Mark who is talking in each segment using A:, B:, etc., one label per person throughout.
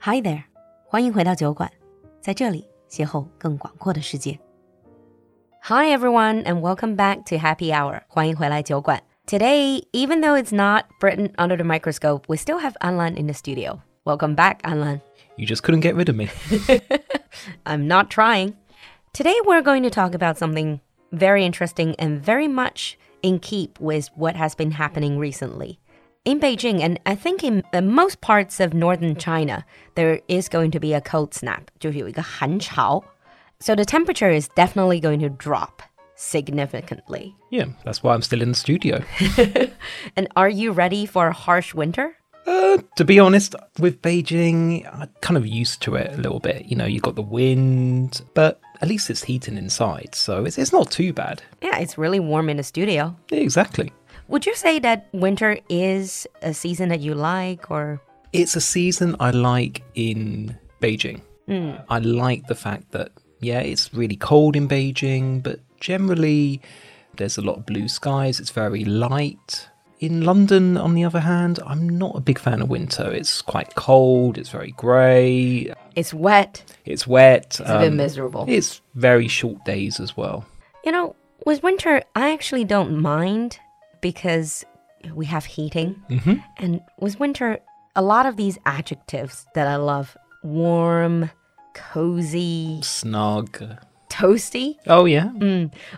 A: Hi there，欢迎回到酒馆，在这里邂逅更广阔的世界。Hi everyone, and welcome back to Happy Hour. 欢迎回来酒馆。Today, even though it's not Britain under the microscope, we still have Anlan in the studio. Welcome back, Anlan.
B: You just couldn't get rid of me.
A: I'm not trying. Today, we're going to talk about something very interesting and very much in keep with what has been happening recently. In Beijing, and I think in uh, most parts of northern China, there is going to be a cold snap. 就是有一个寒潮. So the temperature is definitely going to drop significantly.
B: Yeah, that's why I'm still in the studio.
A: And are you ready for a harsh winter?
B: Uh, to be honest, with Beijing, I'm kind of used to it a little bit. You know, you've got the wind, but at least it's heating inside, so it's, it's not too bad.
A: Yeah, it's really warm in the studio.
B: Yeah, exactly.
A: Would you say that winter is a season that you like or
B: It's a season I like in Beijing. I like the fact that, yeah, it's really cold in Beijing, but generally there's a lot of blue skies, it's very light. In London, on the other hand, I'm not a big fan of winter. It's quite cold, it's very grey,
A: it's wet?
B: It's wet. It's
A: a bit miserable.
B: It's very short days as well.
A: Um, You know, with winter, I actually don't mind because we have heating. Mm-hmm. And with winter, a lot of these adjectives that I love warm, cozy,
B: Snug.
A: toasty mm,
B: Oh yeah.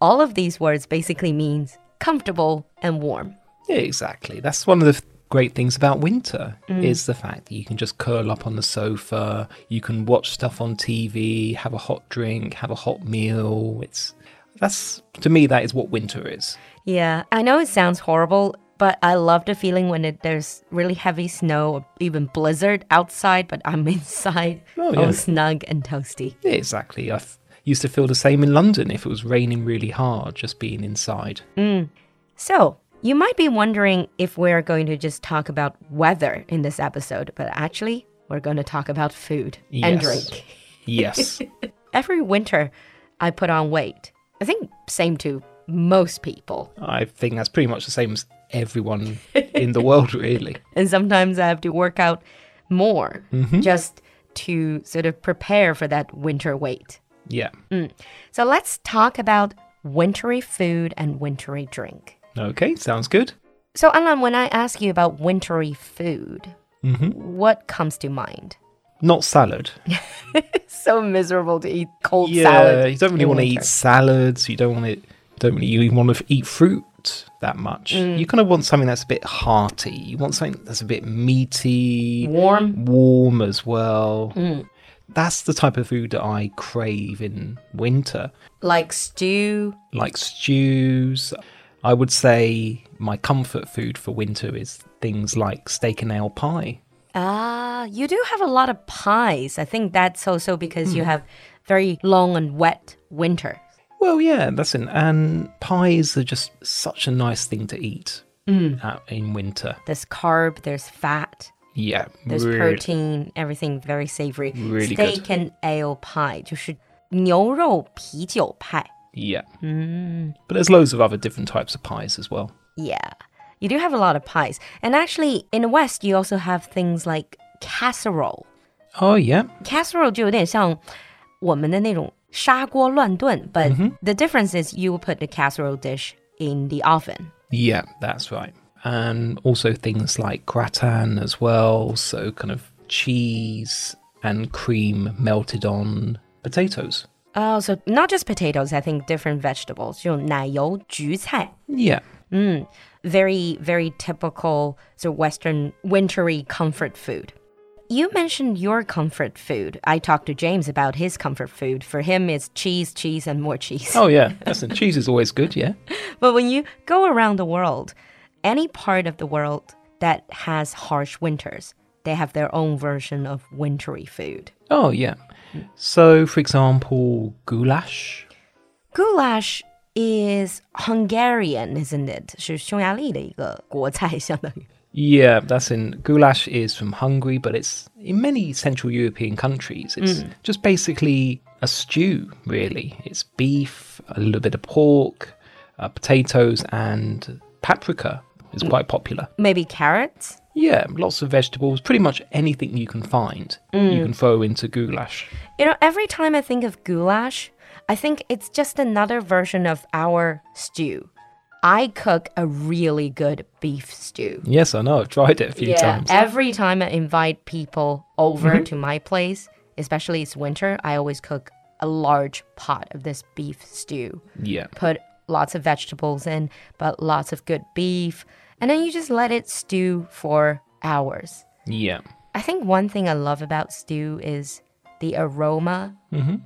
A: all of these words basically means comfortable and warm.
B: Yeah, exactly. That's one of the f- great things about winter is the fact that you can just curl up on the sofa, you can watch stuff on TV, have a hot drink, have a hot meal. It's that's to me that is what winter is.
A: Yeah, I know it sounds horrible, but I love the feeling when it, there's really heavy snow or even blizzard outside, but I'm inside,
B: Oh,
A: all
B: yeah.
A: snug and toasty.
B: Yeah, exactly. I f- used to feel the same in London if it was raining really hard just being inside.
A: So, you might be wondering if we're going to just talk about weather in this episode, but actually, we're going to talk about food and
B: Yes.
A: drink.
B: Yes.
A: Every winter, I put on weight. I think same to most people.
B: I think that's pretty much the same as everyone in the world really.
A: And sometimes I have to work out more just to sort of prepare for that winter weight.
B: Yeah.
A: So, let's talk about wintry food and wintry drink.
B: Okay, sounds good.
A: So, Alan, when I ask you about wintry food, what comes to mind?
B: Not salad.
A: so miserable to eat cold
B: yeah,
A: salad.
B: you don't really
A: in
B: want to
A: winter.
B: eat salads. You don't want to. Don't really you want to eat fruit that much.
A: Mm.
B: You kind of want something that's a bit hearty. You want something that's a bit meaty,
A: warm. Mm.
B: warm as well. That's the type of food that I crave in winter,
A: Like stew.
B: like stews. I would say my comfort food for winter is things like steak and ale pie.
A: Ah, you do have a lot of pies. I think that's also because you have very long and wet winter.
B: Well, yeah, that's it. And pies are just such a nice thing to eat
A: Mm.
B: uh, in winter.
A: There's carb, there's fat,
B: Yeah,
A: there's
B: really-
A: protein, everything very savory.
B: Really good.
A: Steak and ale pie. 就是牛肉啤酒派.
B: Yeah, but there's loads of other different types of pies as well.
A: Yeah. You do have a lot of pies. And actually, in the West, you also have things like casserole.
B: Oh yeah,
A: casserole 就有点像我们的那种砂锅乱炖, but the difference is you will put the casserole dish in the oven.
B: yeah, that's right. And also things like gratin as well. So kind of cheese and cream melted on potatoes.
A: Oh, so not just potatoes, I think different vegetables. 就奶油、橘菜,
B: Yeah,
A: very, very typical so Western wintry comfort food. You mentioned your comfort food. I talked to James about his comfort food. For him, it's cheese, cheese, and more cheese.
B: oh yeah, listen, cheese is always good. Yeah,
A: But when you go around the world, any part of the world that has harsh winters, they have their own version of wintry food.
B: oh yeah. So for example, goulash.
A: Goulash is Hungarian, isn't it? 是匈牙利的一个国菜，相当于。
B: Yeah, that's in goulash is from Hungary, but it's in many Central European countries. It's just basically a stew, really. It's beef, a little bit of pork, uh, potatoes, and paprika is quite popular.
A: Maybe carrots?
B: Yeah, lots of vegetables, pretty much anything you can find, you can throw into goulash.
A: You know, every time I think of goulash, I think it's just another version of our stew. I cook a really good beef stew.
B: Yes, I know, I've tried it a few times.
A: Every time I invite people over to my place, especially it's winter, I always cook a large pot of this beef stew.
B: Yeah.
A: Put lots of vegetables in, but lots of good beef, and then you just let it stew for hours.
B: Yeah.
A: I think one thing I love about stew is the aroma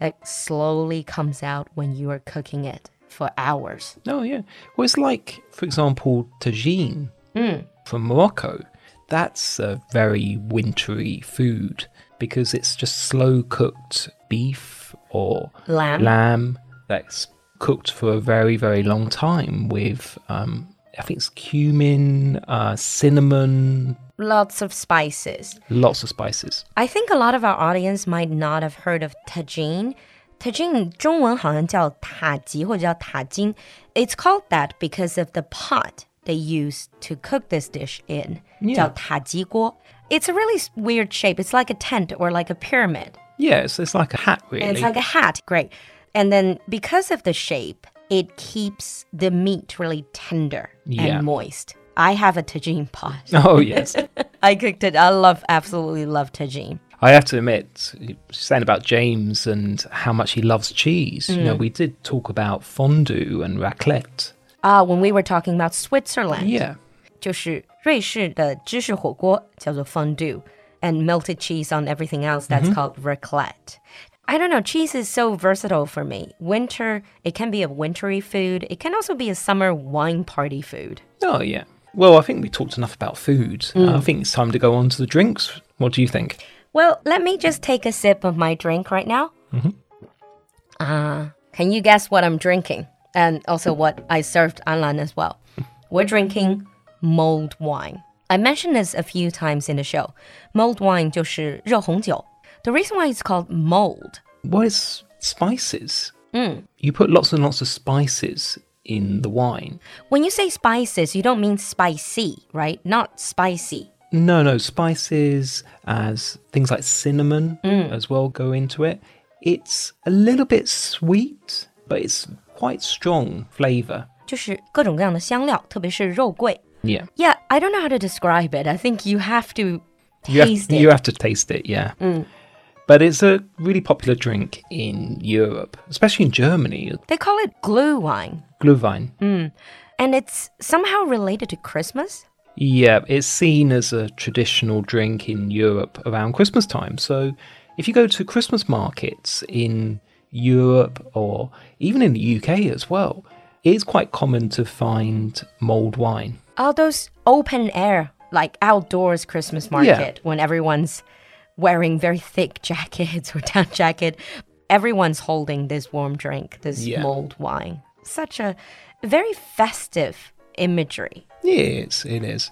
A: that slowly comes out when you are cooking it for hours.
B: Oh, yeah. Well, it's like, for example, tagine
A: Hmm.
B: from Morocco. That's a very wintry food because it's just slow cooked beef or
A: Lamb.
B: lamb that's cooked for a very, very long time with, um, I think it's cumin, uh, cinnamon,
A: Lots of spices.
B: lots of spices.
A: I think a lot of our audience might not have heard of tagine. Tagine, 中文好像叫塔吉或者叫塔金. It's called that because of the pot they use to cook this dish in.
B: Yeah.
A: 叫塔吉锅. It's a really s- weird shape. It's like a tent or like a pyramid.
B: Yeah, it's, it's like a hat, really.
A: And it's like a hat. Great. And then because of the shape, it keeps the meat really tender
B: Yeah.
A: and moist. I have a tagine pot.
B: Oh, yes.
A: I cooked it. I love, absolutely love tagine.
B: I have to admit, saying about James and how much he loves cheese, you know, we did talk about fondue and raclette.
A: Ah, when we were talking about Switzerland,
B: Yeah.
A: 就是瑞士的芝士火锅叫做 fondue, and melted cheese on everything else that's called raclette. I don't know, cheese is so versatile for me. Winter, it can be a wintry food. It can also be a summer wine party food.
B: Oh, yeah. Well, I think we talked enough about food. Uh, I think it's time to go on to the drinks. What do you think?
A: Well, let me just take a sip of my drink right now. Ah,
B: Mm-hmm.
A: can you guess what I'm drinking? And also what I served Anlan as well. We're drinking mulled wine. I mentioned this a few times in the show. Mulled wine 就是热红酒. The reason why it's called mulled,
B: Well, it's spices. You put lots and lots of spices in the wine.
A: when you say spices, you don't mean spicy, right? Not spicy.
B: No, no, spices as things like cinnamon as well go into it. It's a little bit sweet, but it's quite strong flavour.
A: 就是各种各样的香料，特别是肉桂.
B: Yeah.
A: Yeah, I don't know how to describe it. I think you have to taste
B: You have,
A: it. Mm.
B: you have to taste it, yeah. But it's a really popular drink in Europe, especially in Germany,
A: They call it glue wine,
B: Glühwein.
A: Mm. and it's somehow related to Christmas.
B: Yeah, it's seen as a traditional drink in Europe around Christmas time. So if you go to Christmas markets in Europe or even in the UK as well, it's quite common to find mulled wine.
A: All those open air, like outdoors Christmas market when everyone's wearing very thick jackets or down jacket, everyone's holding this warm drink, this
B: Yeah.
A: mulled wine. Such a very festive imagery.
B: Yes, it is.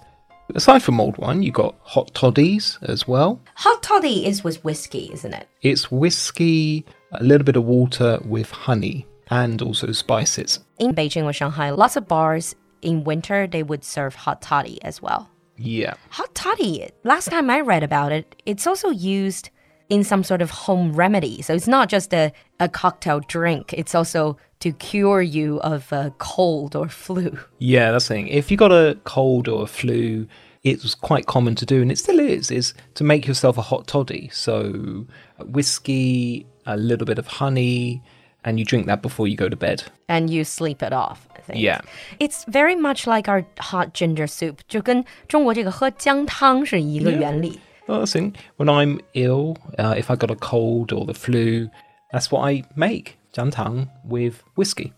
B: Aside from mulled wine, you've got hot toddies as well.
A: Hot toddy is with whiskey, isn't it?
B: It's whiskey, a little bit of water with honey, and also spices.
A: In Beijing or Shanghai, lots of bars in winter they would serve hot toddy as well.
B: Yeah.
A: Hot toddy, last time I read about it, it's also used in some sort of home remedy. So it's not just a, a cocktail drink, it's also to cure you of a cold or flu.
B: Yeah, that's the thing. If you got a cold or a flu, it was quite common to do, and it still is, is to make yourself a hot toddy. So, whiskey, a little bit of honey, and you drink that before you go to bed.
A: And you sleep it off, I think.
B: Yeah.
A: It's very much like our hot ginger soup. 就跟中国这个喝姜汤是一个原理。
B: Well, that's the thing. When I'm ill, uh, if I got a cold or the flu, that's what I make jantang with whiskey.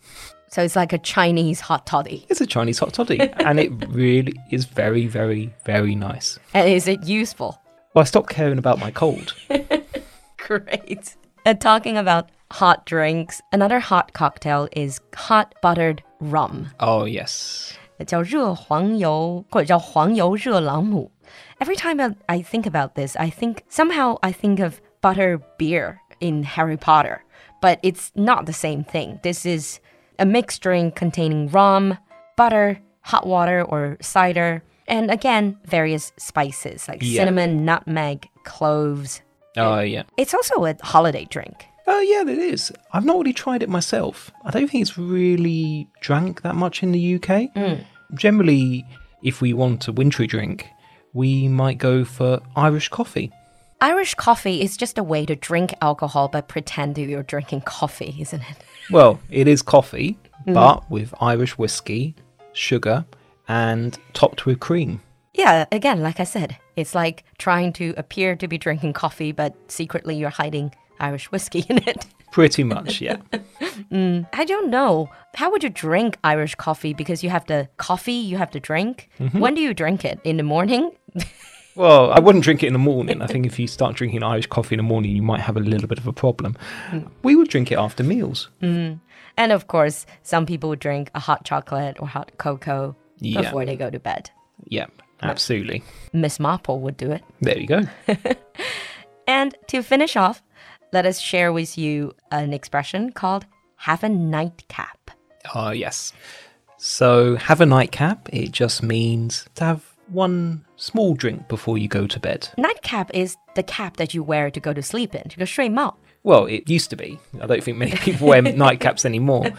A: So it's like a Chinese hot toddy.
B: It's a Chinese hot toddy, and it really is very, very, very nice.
A: And is it useful?
B: Well, I stopped caring about my cold.
A: Great. And talking about hot drinks, another hot cocktail is hot buttered rum.
B: Oh, yes.
A: 叫热黄油或者叫黄油热朗姆. Every time I, I think about this, I think somehow I think of butter beer in Harry Potter, but it's not the same thing. This is a mixed drink containing rum, butter, hot water, or cider. And again, various spices like
B: Yeah.
A: cinnamon, nutmeg, cloves.
B: Oh, yeah.
A: It's also a holiday drink.
B: Oh, yeah, it is. I've not really tried it myself. I don't think it's really drank that much in the UK. Generally, if we want a wintry drink, we might go for Irish coffee.
A: Irish coffee is just a way to drink alcohol but pretend that you're drinking coffee, isn't it?
B: Well, it is coffee, but with Irish whiskey, sugar, and topped with cream.
A: Yeah, again, like I said, it's like trying to appear to be drinking coffee but secretly you're hiding Irish whiskey in it.
B: Pretty much, yeah.
A: I don't know. How would you drink Irish coffee? Because you have the coffee, you have to drink. When do you drink it? In the morning?
B: Well, I wouldn't drink it in the morning. I think if you start drinking Irish coffee in the morning, you might have a little bit of a problem. We would drink it after meals.
A: And of course, some people would drink a hot chocolate or hot cocoa
B: Yeah.
A: before they go to bed.
B: Yep, absolutely.
A: Miss Marple would do it.
B: There you go.
A: And to finish off, let us share with you an expression called have a nightcap.
B: Oh, yes. So, have a nightcap. It just means to have one small drink before you go to bed.
A: Nightcap is the cap that you wear to go to sleep in, 就睡帽.
B: Well, it used to be. I don't think many people wear nightcaps anymore.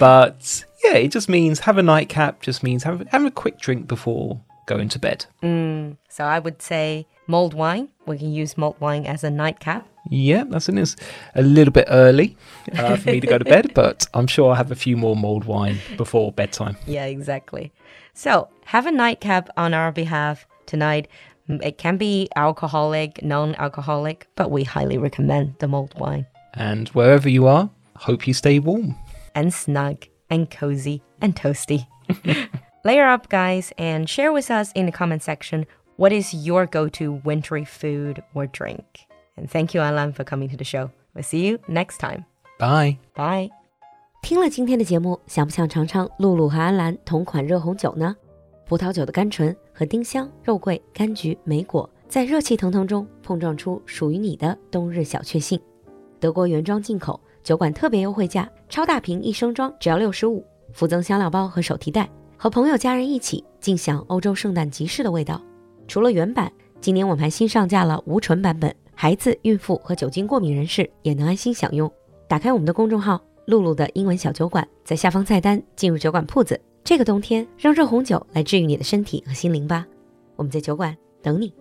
B: But yeah, it just means have a nightcap, just means have, have a quick drink before going to bed.
A: Mm, So I would say mulled wine. We can use mulled wine as a nightcap.
B: Yeah, that's it. It's a little bit early uh, for me to go to bed, but I'm sure I'll have a few more mulled wine before bedtime.
A: Yeah, exactly. So have a nightcap on our behalf tonight. Mm, It can be alcoholic, non alcoholic, but we highly recommend the mulled wine.
B: And wherever you are, hope you stay warm.
A: and snug and cozy and toasty. Layer up, guys, and share with us in the comment section what is your go to wintry food or drink. And thank you, Alan, for coming to the show. We'll see you next time.
B: Bye.
A: Bye.
C: 听了今天的节目，想不想尝尝露露和安澜同款热红酒呢？葡萄酒的甘醇和丁香、肉桂、柑橘、莓果在热气腾腾中碰撞出属于你的冬日小确幸。德国原装进口，酒馆特别优惠价，超大瓶一升装只要六十五，附赠香料包和手提袋，和朋友家人一起尽享欧洲圣诞集市的味道。除了原版，今年我们还新上架了无醇版本，孩子、孕妇和酒精过敏人士也能安心享用。打开我们的公众号“露露的英文小酒馆”，在下方菜单进入酒馆铺子。这个冬天，让热红酒来治愈你的身体和心灵吧。我们在酒馆等你。